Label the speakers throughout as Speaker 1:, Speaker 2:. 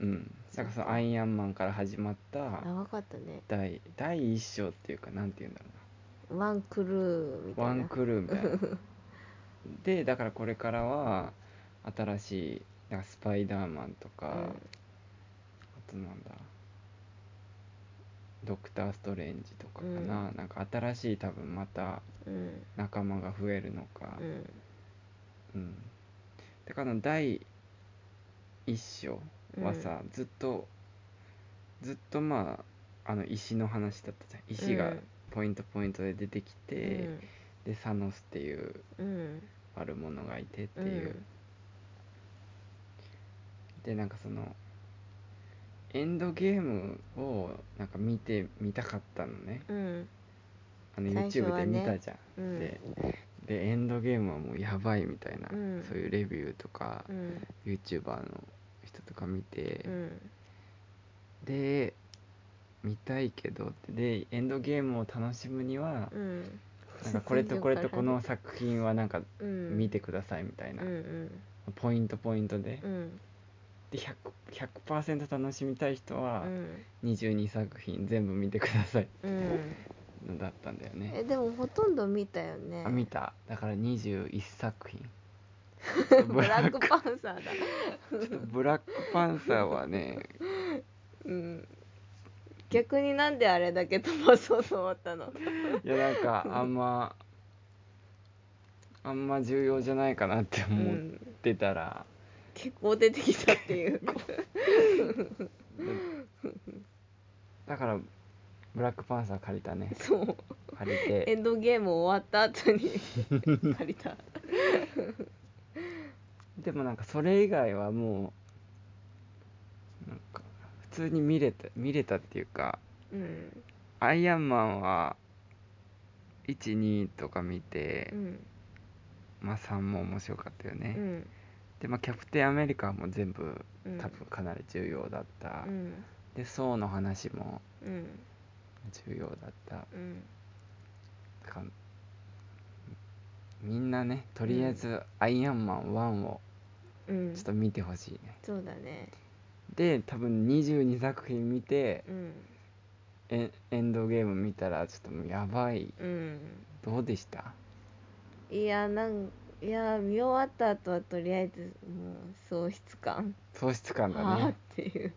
Speaker 1: うんなんかそのアイアンマンから始まった
Speaker 2: 長かったね
Speaker 1: 第第一章っていうかなんて言うんだろ
Speaker 2: ワンクルーみ
Speaker 1: うな
Speaker 2: た
Speaker 1: ワ
Speaker 2: い
Speaker 1: ン
Speaker 2: な
Speaker 1: クルーみたいな でだからこれからは新しいなんかスパイダーマンとか、
Speaker 2: うん
Speaker 1: あとなんだドクター・ストレンジとかかな、なんか新しい多分また
Speaker 2: うん
Speaker 1: 仲間が増えるのか
Speaker 2: う、ん
Speaker 1: うん、だからあの第一章
Speaker 2: うん
Speaker 1: はさ、ずっとずっとまああの石の話だったじゃん石がポイントポイントで出てき
Speaker 2: う
Speaker 1: て、
Speaker 2: ん
Speaker 1: でサノスっていう
Speaker 2: うん
Speaker 1: 悪者がいてって
Speaker 2: う
Speaker 1: いう、
Speaker 2: ん
Speaker 1: でなんかそのエンドゲームをなんか見てみたかったのね
Speaker 2: うん
Speaker 1: あの
Speaker 2: 最初
Speaker 1: YouTube
Speaker 2: は
Speaker 1: で
Speaker 2: ね
Speaker 1: 見たじゃん、
Speaker 2: うん
Speaker 1: ででエンドゲームはもうやばいみたいな、
Speaker 2: うん
Speaker 1: そういうレビューとか、
Speaker 2: うん
Speaker 1: YouTuber の人とか見て、
Speaker 2: うん
Speaker 1: で見たいけどってでエンドゲームを楽しむには、
Speaker 2: うん
Speaker 1: なんかこれとこれとこの作品はなんか
Speaker 2: うん
Speaker 1: 見てくださいみたいな、
Speaker 2: うん
Speaker 1: ポイントポイントで
Speaker 2: うんうん
Speaker 1: で 100%, 100楽しみたい人は
Speaker 2: うん
Speaker 1: 22作品全部見てください
Speaker 2: うん
Speaker 1: のだったんだよ
Speaker 2: え
Speaker 1: ね
Speaker 2: でもほとんど見たよね
Speaker 1: あ見ただから21作品
Speaker 2: ブラックパンサーだ
Speaker 1: ちょっとブラックパンサーはね
Speaker 2: うん逆になんであれだけ飛ばそうと思ったの
Speaker 1: いやなんかあん まあんま重要じゃないかなって
Speaker 2: う
Speaker 1: 思っ
Speaker 2: ん
Speaker 1: てたら、
Speaker 2: 結構出てきたっていう
Speaker 1: だからブラックパンサー借りたね
Speaker 2: そう
Speaker 1: 借り
Speaker 2: エ
Speaker 1: て
Speaker 2: ンドゲーム終わった後 に借りた
Speaker 1: でもなんかそれ以外はもうなんか普通に見れた見れたっていうか
Speaker 2: うん
Speaker 1: アイアンマンは12とか見て、
Speaker 2: うん
Speaker 1: まあ3も面白かったよ
Speaker 2: う
Speaker 1: ね、
Speaker 2: ん
Speaker 1: でまあキャプテンアメリカも全部
Speaker 2: うん
Speaker 1: 多分かなり重要だった、
Speaker 2: うん
Speaker 1: でソーの話も
Speaker 2: うん
Speaker 1: 重要だった
Speaker 2: うん
Speaker 1: かみんなねとりあえず「アイアンマン1」を
Speaker 2: うん
Speaker 1: ちょっと見てほしいね、
Speaker 2: そうだね
Speaker 1: で多分22作品見て
Speaker 2: うん
Speaker 1: エンエンドゲーム見たらちょっともうやばい
Speaker 2: うん
Speaker 1: どうでした
Speaker 2: いやなんいや見終わった後はとりあえずもう喪失感
Speaker 1: 喪失感だ
Speaker 2: はあっ
Speaker 1: ね
Speaker 2: ていう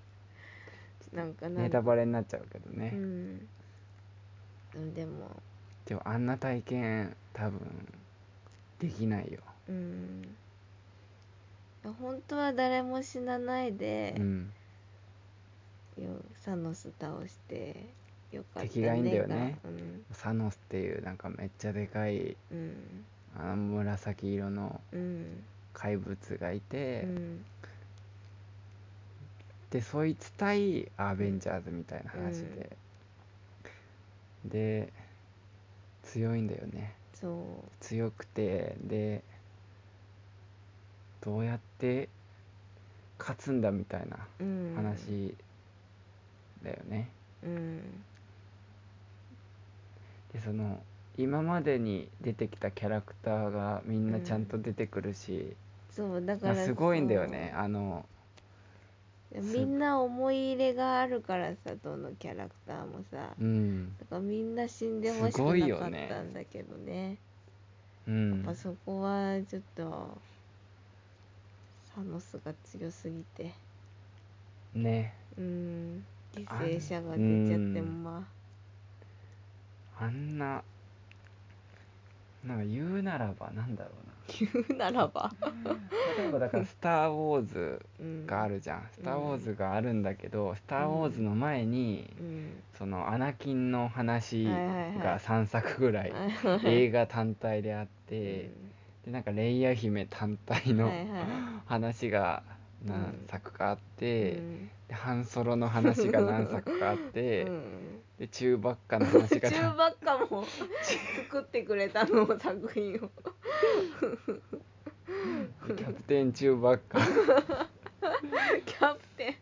Speaker 2: なんかな
Speaker 1: ネ
Speaker 2: ん
Speaker 1: タバレになっちゃうけどね、
Speaker 2: うんでも
Speaker 1: でもあんな体験多分できないよ、
Speaker 2: うんいや本当は誰も死なないで、
Speaker 1: うん、
Speaker 2: よサノス倒してよかったね
Speaker 1: 敵がいいんだよね
Speaker 2: がうん
Speaker 1: サノスっていうなんかめっちゃでかい
Speaker 2: うん
Speaker 1: あの紫色の
Speaker 2: うん
Speaker 1: 怪物がいうて、
Speaker 2: ん
Speaker 1: でそいつ対アベンジャーズみたいな話で、で強いんだよね
Speaker 2: そ
Speaker 1: 強くてでどうやって勝つんだみたいな
Speaker 2: う、うん、
Speaker 1: 話だよね、
Speaker 2: うん
Speaker 1: でその今までに出てきたキャラクターがみんなちゃんと出てくるし、
Speaker 2: そうだ
Speaker 1: い
Speaker 2: か
Speaker 1: や
Speaker 2: ら
Speaker 1: すごいんだよねあの
Speaker 2: そうみんな思い入れがあるからさどのキャラクターもさ
Speaker 1: うん
Speaker 2: だからみんな死んでほし
Speaker 1: す
Speaker 2: く
Speaker 1: ごい
Speaker 2: な
Speaker 1: よ
Speaker 2: かっ
Speaker 1: ね
Speaker 2: たんだけどね
Speaker 1: うん
Speaker 2: やっぱそこはちょっとサノスが強すぎて
Speaker 1: ね
Speaker 2: うん犠
Speaker 1: あん
Speaker 2: 牲者が出ちゃって
Speaker 1: うん
Speaker 2: もまあ
Speaker 1: あんななんか言うならばなんだろうな
Speaker 2: 言うならば、
Speaker 1: 例えばだ から「スター・ウォーズ」
Speaker 2: うん、
Speaker 1: があるじゃん「スター・ウォーズ」があるんだけど「スター・ウォーズ」の前に
Speaker 2: うん
Speaker 1: そのアナキンの話
Speaker 2: はいはいはい
Speaker 1: が3作ぐらい映画単体であってでなんかレイヤ姫単体
Speaker 2: うん
Speaker 1: の
Speaker 2: はいはい
Speaker 1: 話が何作かあってでハンソロの話が何作かあっ
Speaker 2: う
Speaker 1: て
Speaker 2: ん、
Speaker 1: でチューバッカの話 が
Speaker 2: 中ばっかも作ってくれたのも作品を
Speaker 1: キャプテンチューバッカ
Speaker 2: キャプテ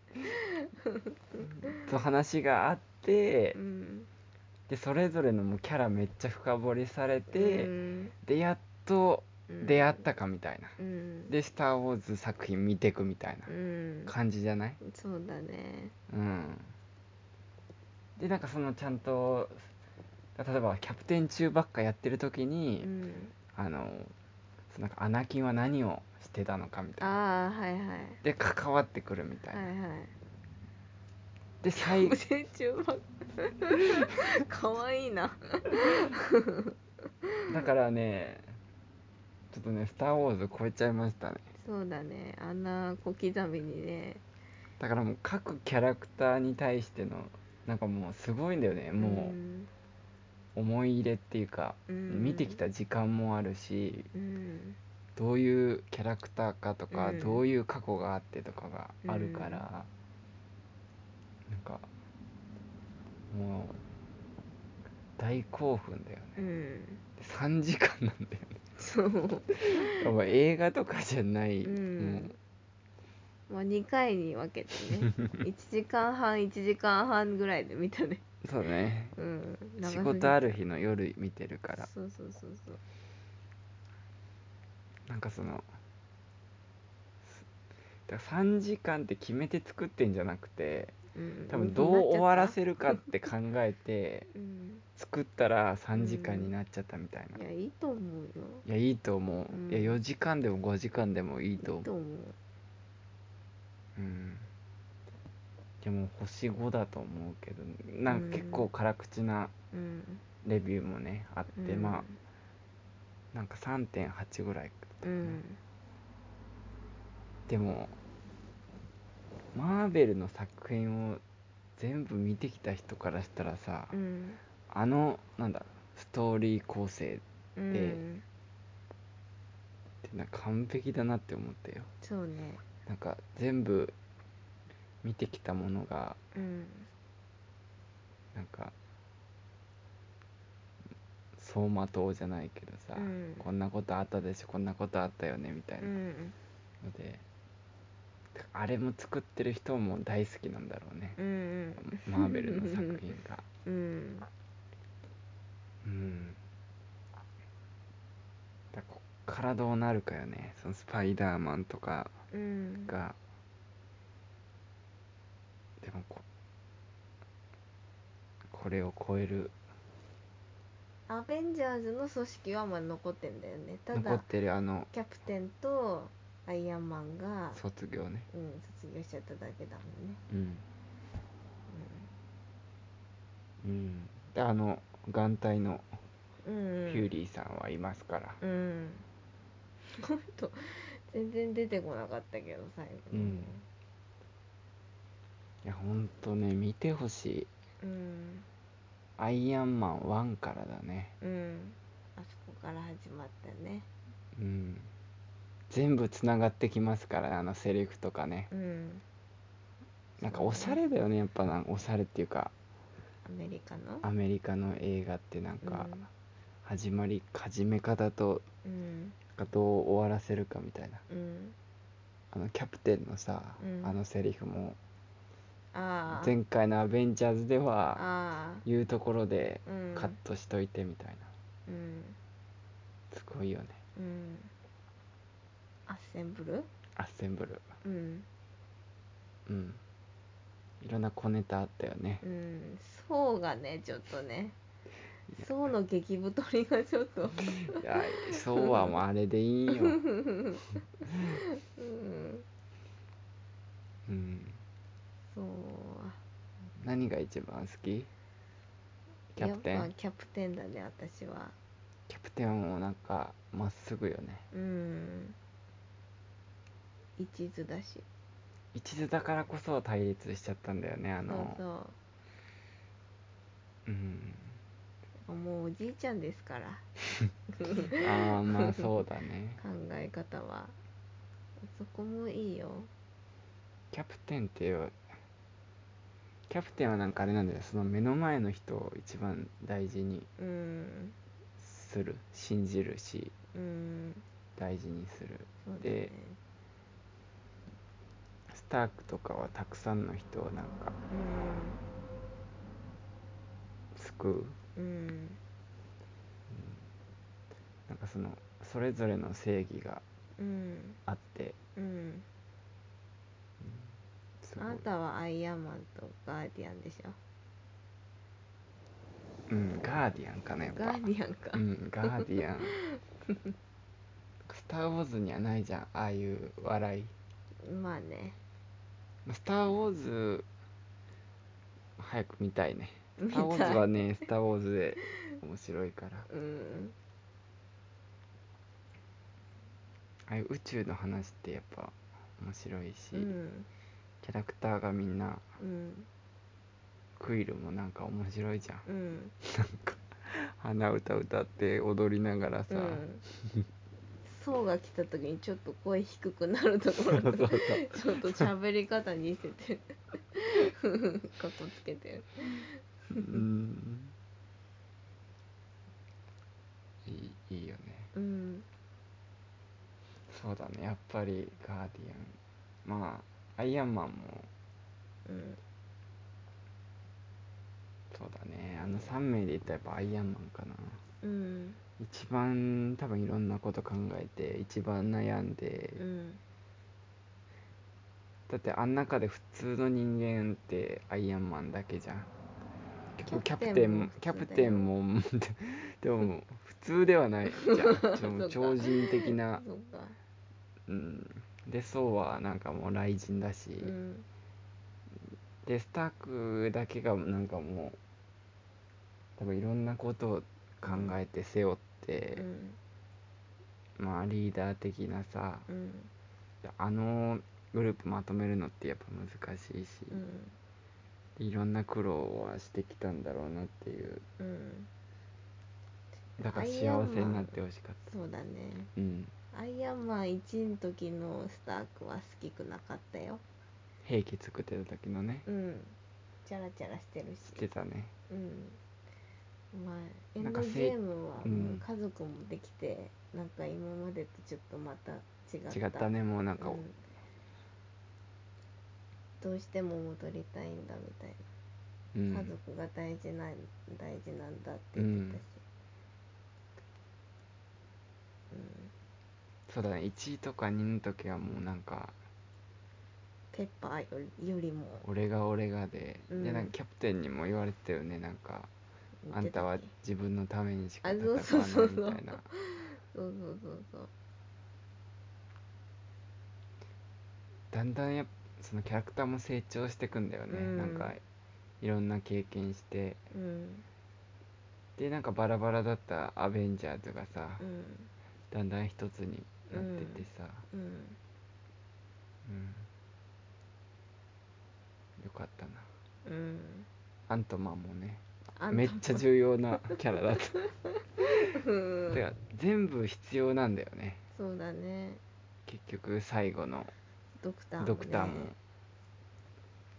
Speaker 1: と話があって
Speaker 2: ン、うん、
Speaker 1: でそれぞれのもうキャラめっちゃ深掘りされて、
Speaker 2: うん
Speaker 1: でやっと
Speaker 2: うん
Speaker 1: 出会ったかみたいな、
Speaker 2: うん
Speaker 1: で「スター・ウォーズ」作品見てくみたいな
Speaker 2: うん
Speaker 1: 感じじゃない
Speaker 2: そうだね
Speaker 1: うんでなんかそのちゃんと例えば「キャプテン中」ばっかやってる時
Speaker 2: う
Speaker 1: に、
Speaker 2: ん
Speaker 1: あのそのなんかアナキンは何をしてたのかみたいな
Speaker 2: ああはいはい
Speaker 1: で関わってくるみたい
Speaker 2: は
Speaker 1: な、
Speaker 2: いはい
Speaker 1: で最
Speaker 2: 無線中ばか わいいな
Speaker 1: だからねちょっとね「スター・ウォーズ」超えちゃいましたね
Speaker 2: そうだねあんな小刻みにね
Speaker 1: だからもう各キャラクターに対してのなんかもうすごいんだよねも
Speaker 2: ん
Speaker 1: う思い入れっていうか、
Speaker 2: うん
Speaker 1: 見てきた時間もあるし
Speaker 2: うん
Speaker 1: どういうキャラクターかとか、
Speaker 2: うん
Speaker 1: どういう過去があってとかがあるから、なんかもう大興奮だよね
Speaker 2: うん
Speaker 1: 3時間なんだよ
Speaker 2: そう
Speaker 1: ねもう映画とかじゃない、
Speaker 2: うんまあ2回に分けて ね1時間半1時間半ぐらいで見たね
Speaker 1: うそうね
Speaker 2: うん
Speaker 1: 仕事あ
Speaker 2: る
Speaker 1: る日の夜見てるから
Speaker 2: そうそうそうそう
Speaker 1: なんかそのすだから3時間って決めて作ってんじゃなくて
Speaker 2: うん
Speaker 1: 多分どう終わら
Speaker 2: る、
Speaker 1: せるかって考えて
Speaker 2: うん、
Speaker 1: 作ったら3時間になっちゃったみたいな、
Speaker 2: い
Speaker 1: い
Speaker 2: やいいと思うよ
Speaker 1: やいいと思う、
Speaker 2: うん
Speaker 1: いや4時間でも5時間でもいい
Speaker 2: いい
Speaker 1: と思う
Speaker 2: と思う
Speaker 1: うんでも星5だと思うけどなんか結
Speaker 2: う
Speaker 1: 構
Speaker 2: ん
Speaker 1: 辛口な
Speaker 2: うん
Speaker 1: レビューもねあって、
Speaker 2: うん
Speaker 1: まあなんか3.8ぐらい
Speaker 2: うん
Speaker 1: でもマーベルの作品を全部見てきた人からしたらさ、
Speaker 2: うん
Speaker 1: あのなんだストーリー構成
Speaker 2: うん、
Speaker 1: でってなんか完璧だなって思ったよ
Speaker 2: そうね
Speaker 1: なんか全部見てきたものが
Speaker 2: うん
Speaker 1: なんか走馬灯じゃないけどさ、
Speaker 2: うん
Speaker 1: こんなことあったでしょこんなことあったよねみたいうなんので、あれも作ってる人も大好きなんだろうね、
Speaker 2: うん
Speaker 1: マーベルの作品 が。
Speaker 2: うん
Speaker 1: うんだこっからどうなるかよねそのスパイダーマンとか
Speaker 2: うん
Speaker 1: が、でもここれを超える
Speaker 2: アベンジャーズの組織はまあ残ってんだよねた
Speaker 1: 残っ
Speaker 2: だ
Speaker 1: てるあの
Speaker 2: キャプテンとアイアンマンが
Speaker 1: 卒業ね
Speaker 2: うん卒業しちゃっただけだもんね
Speaker 1: うんうんであの眼帯の
Speaker 2: うん
Speaker 1: フューリーさんはいますから
Speaker 2: うんほんと全然出てこなかったけど最後
Speaker 1: うんいやほんとね見てほしい
Speaker 2: うん
Speaker 1: アイアンマン1からだね
Speaker 2: うんあそこから始まったね
Speaker 1: うん全部つながってきますからあのセリフとかね
Speaker 2: うん
Speaker 1: なんかおしゃれだよねやっぱなんおしゃれっていうか
Speaker 2: アメリカの
Speaker 1: アメリカの映画ってなんか
Speaker 2: うん
Speaker 1: 始まり始め方と
Speaker 2: うん
Speaker 1: なんかどう終わらせるかみたいな
Speaker 2: うん
Speaker 1: あのキャプテンのさ、
Speaker 2: うん
Speaker 1: あのセリフも
Speaker 2: ああ
Speaker 1: 前回の「アベンジャーズ」では
Speaker 2: ああ
Speaker 1: 言うところで
Speaker 2: うん
Speaker 1: カットしといてみたいな
Speaker 2: うん
Speaker 1: すごいよね
Speaker 2: うんアッセンブル
Speaker 1: アッセンブル
Speaker 2: うん
Speaker 1: うんいろんな小ネタあったよね
Speaker 2: うん層がねちょっとね層の激太りがちょっと
Speaker 1: いやそうはもうあれでいいよ
Speaker 2: うん
Speaker 1: うん
Speaker 2: そう
Speaker 1: 何が一番好きキャプテ
Speaker 2: やっぱ
Speaker 1: ン
Speaker 2: キャプテンだね私は
Speaker 1: キャプテンはもうなんかまっすぐよね
Speaker 2: うん一途だし
Speaker 1: 一途だからこそ対立しちゃったんだよねあ
Speaker 2: そ
Speaker 1: の
Speaker 2: うそ
Speaker 1: うん
Speaker 2: うもうおじいちゃんですから
Speaker 1: ああ まあそうだね
Speaker 2: 考え方はそこもいいよ
Speaker 1: キャプテンってよキャプテンはなんかあれなんだよその目の前の人を一番大事に
Speaker 2: うん
Speaker 1: する信じるし
Speaker 2: うん
Speaker 1: 大事にする
Speaker 2: そうだね
Speaker 1: でスタークとかはたくさんの人をなんか救う
Speaker 2: うんうん
Speaker 1: なんかそのそれぞれの正義が
Speaker 2: うん
Speaker 1: あって
Speaker 2: うん
Speaker 1: すごい
Speaker 2: あんたはアイアンマンとガーディアンでしょ
Speaker 1: うんガーディアンかねやっぱ
Speaker 2: ガーディアンか、
Speaker 1: うんガーディアンスター・ウォーズにはないじゃんああいう笑い
Speaker 2: まあね
Speaker 1: スター・ウォーズ早く見たいね
Speaker 2: 見
Speaker 1: ス
Speaker 2: た
Speaker 1: タ
Speaker 2: い
Speaker 1: ー・ウォーズはねスター・ウォーズで面白いから
Speaker 2: うん
Speaker 1: ああいう宇宙の話ってやっぱ面白いし、
Speaker 2: うん
Speaker 1: キャラクターがみんな
Speaker 2: うん
Speaker 1: クイルもなんか面白いじゃん
Speaker 2: うん
Speaker 1: 鼻歌歌って踊りながらさ、
Speaker 2: うん層が来た時にちょっと声低くなるところと かちょっと喋り方に似せてかっこつけてる
Speaker 1: うんいいいいよね
Speaker 2: うん
Speaker 1: そうだねやっぱりガーディアンまあアイアンマンも
Speaker 2: うん
Speaker 1: そうだねあの3名で言ったらやっぱアイアンマンかな
Speaker 2: うん
Speaker 1: 一番多分いろんなこと考えて一番悩んで、
Speaker 2: うん
Speaker 1: だってあん中で普通の人間ってアイアンマンだけじゃん結構キ
Speaker 2: キ
Speaker 1: ャ
Speaker 2: ャ
Speaker 1: プ
Speaker 2: プ
Speaker 1: テ
Speaker 2: テ
Speaker 1: ン
Speaker 2: ン
Speaker 1: も
Speaker 2: も
Speaker 1: キャプテンも でも普通ではないじゃんちょ
Speaker 2: そうか
Speaker 1: 超人的な
Speaker 2: そっか
Speaker 1: うんでそうはなんかもう雷神だし、
Speaker 2: うん
Speaker 1: でスタークだけがなんかもう多分いろんなことを考えて背負って
Speaker 2: う、ん
Speaker 1: まあリーダー的なさ
Speaker 2: うん
Speaker 1: あのグループまとめるのってやっぱ難しいし、
Speaker 2: うん
Speaker 1: いろんな苦労はしてきたんだろうなっていう
Speaker 2: うん
Speaker 1: だから
Speaker 2: ア
Speaker 1: 幸
Speaker 2: イアンマン
Speaker 1: せになってほしかった
Speaker 2: そうだね
Speaker 1: うん
Speaker 2: アイアンマン1の時のスタークは好きくなかったよ
Speaker 1: 兵器作ってた時のね
Speaker 2: うんチャラチャラしてるし
Speaker 1: してたね
Speaker 2: うんまあエ
Speaker 1: なん
Speaker 2: ン
Speaker 1: か
Speaker 2: ド
Speaker 1: せ
Speaker 2: ゲ
Speaker 1: い
Speaker 2: ームは
Speaker 1: うん
Speaker 2: もう家族もできて、なんか今までとちょっとまた違った
Speaker 1: 違ったねもうなんか、
Speaker 2: うんどうしても戻りたいんだみたい
Speaker 1: うん
Speaker 2: な、家族が大事なん大事なんだって言ってたし、うん、
Speaker 1: そうだね1位とか2位の時はもうなんか
Speaker 2: ペッパーよりよりも
Speaker 1: 俺が俺がで、
Speaker 2: うん
Speaker 1: でなんかキャプテンにも言われてたよねなんか
Speaker 2: 言
Speaker 1: あ
Speaker 2: っ
Speaker 1: ん
Speaker 2: て
Speaker 1: た
Speaker 2: っ
Speaker 1: は
Speaker 2: け
Speaker 1: 自分のためにしか
Speaker 2: あ
Speaker 1: 戦
Speaker 2: そう
Speaker 1: わ
Speaker 2: そうそうそう
Speaker 1: ないみたいな
Speaker 2: そうそうそうそう
Speaker 1: だんだんやっぱそのキャラクターも成長してくんだよね、
Speaker 2: うん
Speaker 1: なんかいろんな経験して
Speaker 2: うん
Speaker 1: でなんかバラバラだったアベンジャーズがさ、
Speaker 2: うん
Speaker 1: だんだん一つになっててさ、
Speaker 2: うん
Speaker 1: うんよかったな
Speaker 2: うん
Speaker 1: アントマンもね
Speaker 2: あんた
Speaker 1: めっちゃ重要なキャラだった
Speaker 2: うん
Speaker 1: だから全部必要なんだよね
Speaker 2: そうだね
Speaker 1: 結局最後の
Speaker 2: ドクターも、ね、
Speaker 1: ドクターも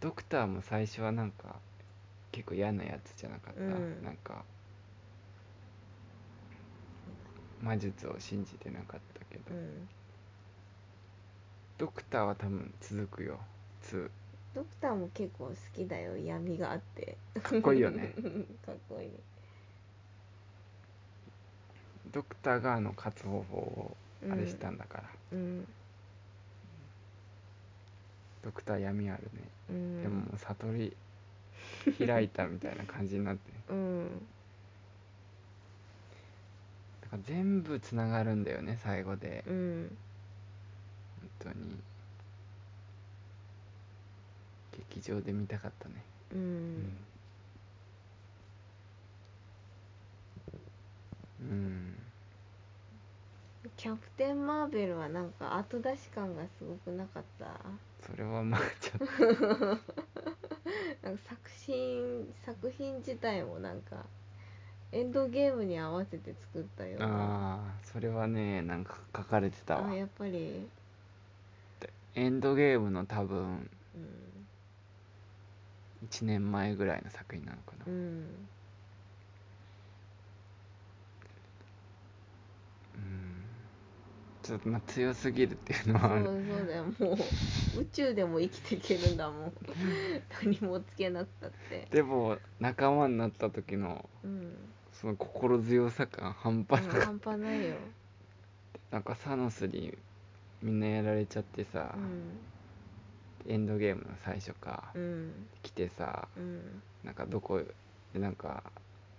Speaker 1: ドクターも最初はなんか結構嫌なやつじゃなかった、
Speaker 2: うん
Speaker 1: なんか魔術を信じてなかったけど、
Speaker 2: うん
Speaker 1: ドクターは多分続くよ2
Speaker 2: ドクターも結構好きだよ闇があって
Speaker 1: かっこいいよ ね
Speaker 2: かっこいい
Speaker 1: ドクターがあの活方法をあれしたんだから、
Speaker 2: うん
Speaker 1: ドクター闇あるね、
Speaker 2: うん
Speaker 1: でももう悟り開いたみたいな感じになって
Speaker 2: うん
Speaker 1: だから全部つながるんだよね最後で
Speaker 2: うん
Speaker 1: 本当に劇場で見たかったね
Speaker 2: うん、
Speaker 1: うん
Speaker 2: キャプテン・マーベルはなんか後出し感がすごくなかった
Speaker 1: それはまあちょっ
Speaker 2: なんか作品作品自体もなんかエンドゲームに合わせて作ったよう
Speaker 1: と
Speaker 2: な
Speaker 1: ああそれはねなんか書かれてたわ
Speaker 2: あやっぱり
Speaker 1: エンドゲームの多分
Speaker 2: うん
Speaker 1: 1年前ぐらいの作品なのかな、
Speaker 2: うん
Speaker 1: うんちょっとまあ強すぎるっていうの
Speaker 2: そう
Speaker 1: はある
Speaker 2: そうだよもう宇宙でも生きていけるんだもん何もつけなくたって
Speaker 1: でも仲間になった時の
Speaker 2: うん
Speaker 1: その心強さ感半
Speaker 2: うん
Speaker 1: 端なかった
Speaker 2: 半端ないよ
Speaker 1: なんかサノスにみんなやられちゃってさ、
Speaker 2: うん
Speaker 1: エンドゲームの最初か、
Speaker 2: うん
Speaker 1: 来てさ
Speaker 2: うん
Speaker 1: なんかどこでなんか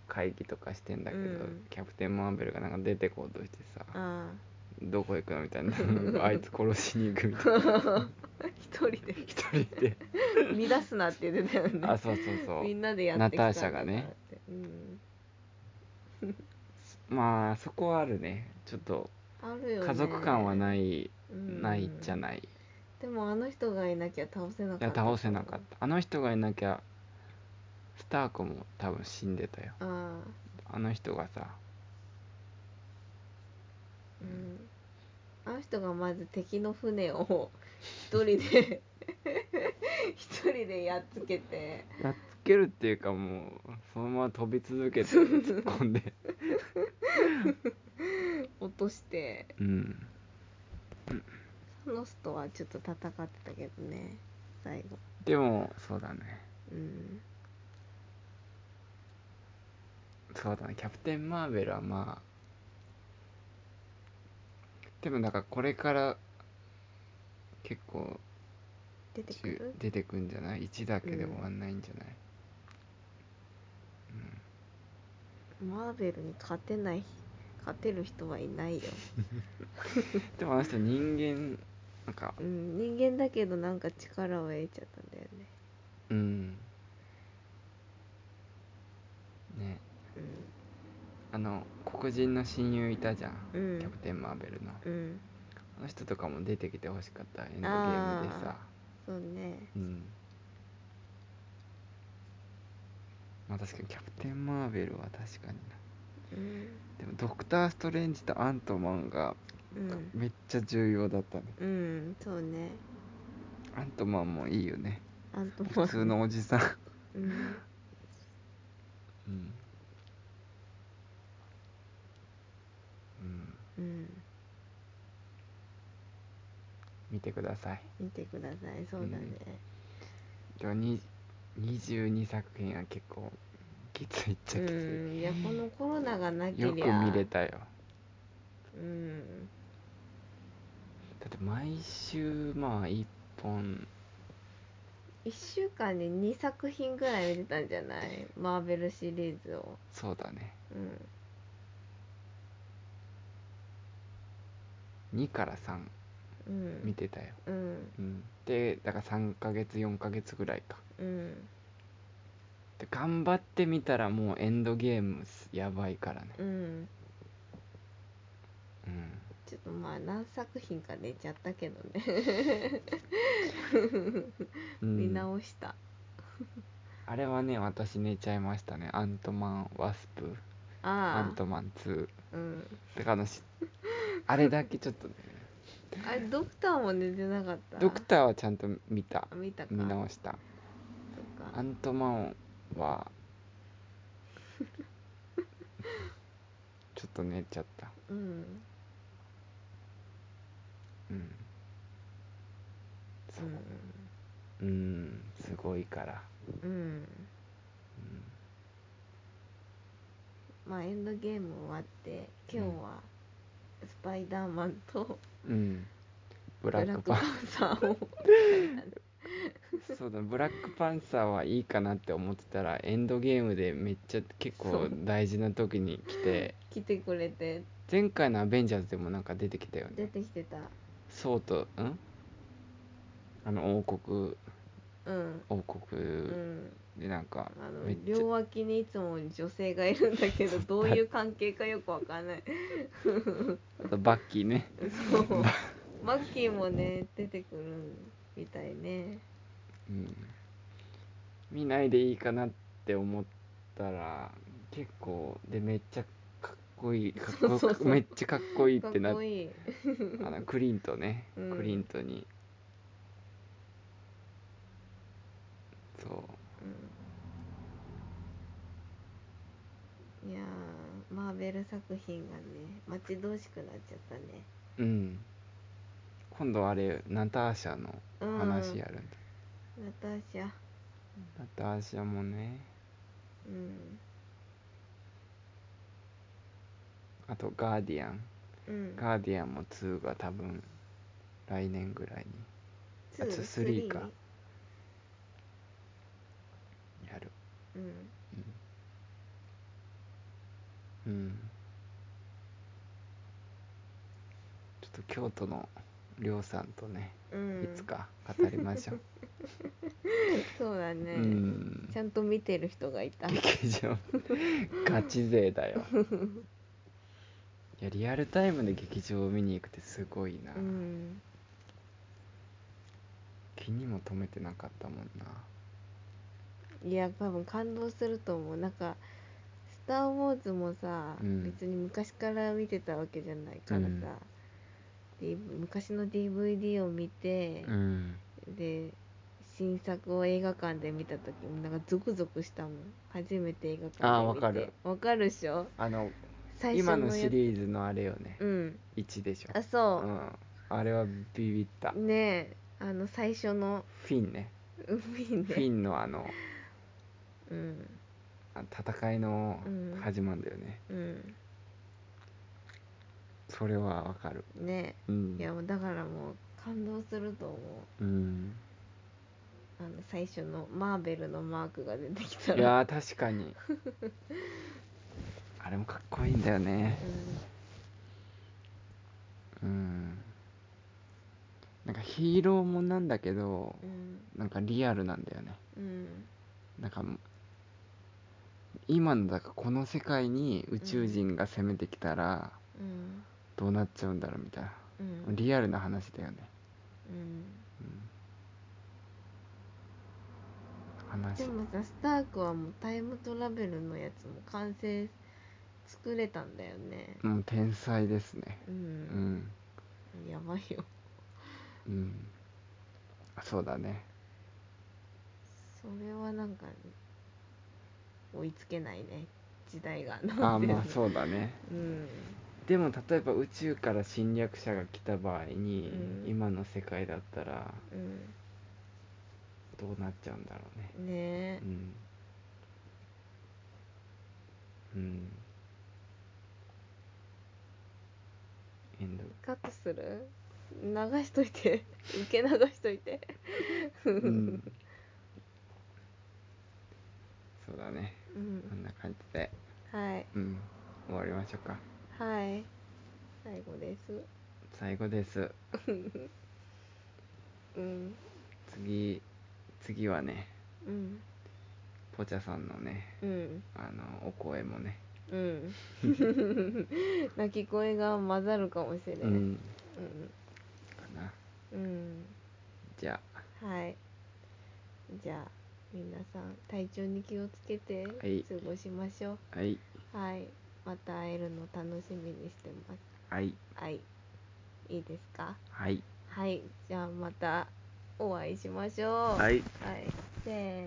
Speaker 1: 会議とかしてんだけど、
Speaker 2: うん
Speaker 1: キャプテン・マーベルがなんか出てこうとしてさ
Speaker 2: あ
Speaker 1: どこ行くのみたいな なんかあいつ殺しに行くみたいな
Speaker 2: あ一人で
Speaker 1: 一人で
Speaker 2: 乱すなって言ってたよ ね
Speaker 1: あそうそうそ
Speaker 2: み
Speaker 1: うん
Speaker 2: なでやってきた
Speaker 1: ナ
Speaker 2: んだ
Speaker 1: ターシャがね
Speaker 2: からってうん
Speaker 1: まあそこはあるねちょっと
Speaker 2: あるよね、
Speaker 1: 家族感はないい、
Speaker 2: うん
Speaker 1: ないじゃないい
Speaker 2: でもあの人がいなきゃ倒せなか
Speaker 1: や
Speaker 2: った
Speaker 1: 倒せなかったあの人がいなきゃスター子も多分死んでたよ
Speaker 2: たああ
Speaker 1: あの人がさ
Speaker 2: うんあの人がまず敵の船を 一人で 一人でやっつけて
Speaker 1: やっつけるっていうかもうそのまま飛び続けて突っ込んで
Speaker 2: 落として
Speaker 1: うん
Speaker 2: サノスとはちょっと戦ってたけどね最後
Speaker 1: でもそうだね
Speaker 2: うん
Speaker 1: そうだねキャプテン・マーベルはまあでもなんかこれから結構
Speaker 2: 出てくる
Speaker 1: 出てくんじゃない ?1 だけで終わんないんじゃない、
Speaker 2: マーベルに勝てない勝てる人はいないよ、
Speaker 1: でもあの人人間なんか
Speaker 2: うん、人間だけどなんか力を得ちゃったんだよね
Speaker 1: うんね
Speaker 2: う
Speaker 1: あの黒人の親友いたじゃん、
Speaker 2: うん
Speaker 1: キャプテン・マーベルの
Speaker 2: んうん
Speaker 1: あの人とかも出てきてほしかったエンドゲームでさ
Speaker 2: そうね
Speaker 1: うんまあ確かにキャプテン・マーベルは確かにな
Speaker 2: うん
Speaker 1: でもドクター・ストレンジとアントマンが
Speaker 2: うん、
Speaker 1: めっちゃ重要だったね
Speaker 2: うん、そうね
Speaker 1: アントマンもいいよね
Speaker 2: あとも
Speaker 1: 普通のおじ さん、
Speaker 2: うん
Speaker 1: うんうん、
Speaker 2: うん
Speaker 1: 見てください
Speaker 2: 見てくださいそうだね、
Speaker 1: でもに22作品は結構きついっち
Speaker 2: う
Speaker 1: ゃきつ
Speaker 2: んいやこのコロナがないけりゃ
Speaker 1: よく見れたよ
Speaker 2: うん
Speaker 1: だって毎週まあ1本
Speaker 2: 1週間で2作品ぐらい見てたんじゃないマーベルシリーズを
Speaker 1: そうだね
Speaker 2: うん
Speaker 1: 2から3
Speaker 2: うん
Speaker 1: 見てたよ、
Speaker 2: うん
Speaker 1: うん、でだから3ヶ月4ヶ月ぐらいか
Speaker 2: うん
Speaker 1: で頑張ってみたらもうエンドゲームすやばいからね
Speaker 2: うん
Speaker 1: うん
Speaker 2: ちょっとまあ何作品か寝ちゃったけどね、
Speaker 1: うん
Speaker 2: 見直した
Speaker 1: あれはね私寝ちゃいましたねアントマンワスプア
Speaker 2: あ
Speaker 1: ントマン2
Speaker 2: あうん
Speaker 1: だからあの しあれだけちょっとね
Speaker 2: あれドクターも寝てなかった
Speaker 1: ドクターはちゃんと見た
Speaker 2: あ見たか
Speaker 1: 見直した
Speaker 2: そっ
Speaker 1: ア
Speaker 2: か
Speaker 1: ントマンはちょっと寝ちゃった
Speaker 2: うん
Speaker 1: うん
Speaker 2: う
Speaker 1: そうんうんすごいから
Speaker 2: うん
Speaker 1: うん
Speaker 2: まあエンドゲーム終わって今日はスパイダーマンと
Speaker 1: うんブ
Speaker 2: ブ
Speaker 1: ラ
Speaker 2: ラ
Speaker 1: ック
Speaker 2: ック
Speaker 1: パ
Speaker 2: パ
Speaker 1: ン
Speaker 2: ンサーを
Speaker 1: そうだブラックパンサーはいいかなって思ってたらエンドゲームでめっちゃ結
Speaker 2: そ
Speaker 1: 構
Speaker 2: う
Speaker 1: 大事な時に来て
Speaker 2: 来てくれて
Speaker 1: 前回の「アベンジャーズ」でもなんか出てきたよ
Speaker 2: 出
Speaker 1: ね
Speaker 2: てきてた
Speaker 1: そうとんあの王国
Speaker 2: うん
Speaker 1: 王
Speaker 2: う
Speaker 1: 国
Speaker 2: ん
Speaker 1: でなんか
Speaker 2: あ
Speaker 1: め
Speaker 2: の
Speaker 1: っちゃ
Speaker 2: 両脇にいつも女性がいるんだけどどういう関係かよくわかんない
Speaker 1: あとバッキーね
Speaker 2: そうマッキーもね出てくるみたいね
Speaker 1: うん見ないでいいかなって思ったら結構でめっちゃかっこいいかっこよく
Speaker 2: そうそうそう
Speaker 1: めっちゃかっこいいっ
Speaker 2: かって
Speaker 1: なっ
Speaker 2: こい
Speaker 1: あ
Speaker 2: い
Speaker 1: のクリントね、
Speaker 2: うん
Speaker 1: クリントにそう
Speaker 2: いやーマーベル作品がね待ち遠しくなっちゃったね
Speaker 1: うん今度あれナターシャの
Speaker 2: うん
Speaker 1: 話やるんだ、
Speaker 2: ナターシャ
Speaker 1: ナターシャもね
Speaker 2: うん
Speaker 1: あとガーディアン
Speaker 2: うん
Speaker 1: ガーディアンも2が多分来年ぐらい
Speaker 2: ツ
Speaker 1: あ
Speaker 2: ー
Speaker 1: ツー
Speaker 2: ス
Speaker 1: ス
Speaker 2: リ
Speaker 1: リー
Speaker 2: ー
Speaker 1: か
Speaker 2: に
Speaker 1: にやる
Speaker 2: うん
Speaker 1: うん、うん、ちょっと京都の亮さんとね
Speaker 2: うん
Speaker 1: いつか語り ましょう、
Speaker 2: そうだ
Speaker 1: う
Speaker 2: ね、
Speaker 1: ん
Speaker 2: ちゃんと見てる人がいた
Speaker 1: 劇場ガチ勢だよいやリアルタイムで劇場を見に行くってすごいな、
Speaker 2: うん
Speaker 1: 気にも留めてなかったもんない
Speaker 2: や多分感動すると思うなんか「スター・ウォーズ」もさ、
Speaker 1: うん
Speaker 2: 別に昔から見てたわけじゃないからさ、
Speaker 1: うん
Speaker 2: D- 昔の DVD を見て、
Speaker 1: うん
Speaker 2: で新作を映画館で見た時もなんかゾクゾクしたもん初めて映画館で見て
Speaker 1: あーわかる
Speaker 2: わかるでしょ
Speaker 1: あの
Speaker 2: 最
Speaker 1: 今
Speaker 2: 初
Speaker 1: の
Speaker 2: の
Speaker 1: シ
Speaker 2: やつ
Speaker 1: リーズのあれよね、
Speaker 2: うん
Speaker 1: 1でしょ
Speaker 2: あそうう、
Speaker 1: ん、あれはビビったフ
Speaker 2: ねえあの最初の
Speaker 1: ィンね
Speaker 2: 海
Speaker 1: フ
Speaker 2: で、
Speaker 1: ィンのあの
Speaker 2: うん
Speaker 1: あ戦いの
Speaker 2: うん
Speaker 1: 始まるんだよね、
Speaker 2: うん
Speaker 1: それはわかる
Speaker 2: ね
Speaker 1: う
Speaker 2: え
Speaker 1: ん
Speaker 2: いやもうだからもう感動すると思
Speaker 1: う
Speaker 2: う
Speaker 1: ん、
Speaker 2: あの最初のマーベルのマークが出てきた
Speaker 1: い
Speaker 2: ら、
Speaker 1: やー確かにあれもかっこいいんだよねうんなんかヒーローもんなんだけど
Speaker 2: うんうん
Speaker 1: なんかリアルなんだよね
Speaker 2: うん
Speaker 1: なんか今のだからこの世界に宇宙人が攻めてきたら
Speaker 2: うん
Speaker 1: どうなっちゃうんだろうみたいな、
Speaker 2: うん
Speaker 1: リアルな話だよね、
Speaker 2: うん
Speaker 1: うん、話
Speaker 2: でもさスタークはもうタイムトラベルのやつも完成作れたんだよね
Speaker 1: もう天才ですね
Speaker 2: う、
Speaker 1: うんん
Speaker 2: やばいよ
Speaker 1: うんそうだね
Speaker 2: それはなんか追いつけないね時代が
Speaker 1: ああ
Speaker 2: なんていう
Speaker 1: ま
Speaker 2: の
Speaker 1: あそうだね
Speaker 2: うん
Speaker 1: でも例えば宇宙から侵略者が来た場合に、
Speaker 2: うん
Speaker 1: 今の世界だったら
Speaker 2: う
Speaker 1: どうなっちゃうんだろうね
Speaker 2: んねえ
Speaker 1: うんうんエンド
Speaker 2: カットする流しとい て受け流しといて
Speaker 1: うんそうだね
Speaker 2: う
Speaker 1: こ
Speaker 2: ん
Speaker 1: んな感じで、
Speaker 2: はい
Speaker 1: うん、終わりましょうか
Speaker 2: はい最後です
Speaker 1: 最後です
Speaker 2: うん
Speaker 1: 次次はね
Speaker 2: うん
Speaker 1: ポチャさんのね
Speaker 2: うん
Speaker 1: あのお声もね、
Speaker 2: うん 泣き声が混ざるかもしれな
Speaker 1: う
Speaker 2: い、うん
Speaker 1: んかな
Speaker 2: うん
Speaker 1: じゃあ
Speaker 2: はいじゃあ皆さん体調に気をつけて過
Speaker 1: い
Speaker 2: ごしましょ
Speaker 1: はい、
Speaker 2: うはい、また会えるの楽しみにしてます
Speaker 1: はい、
Speaker 2: はいいいですか
Speaker 1: はい、
Speaker 2: はいじゃあまたお会いしましょう
Speaker 1: はい。
Speaker 2: はい、せーの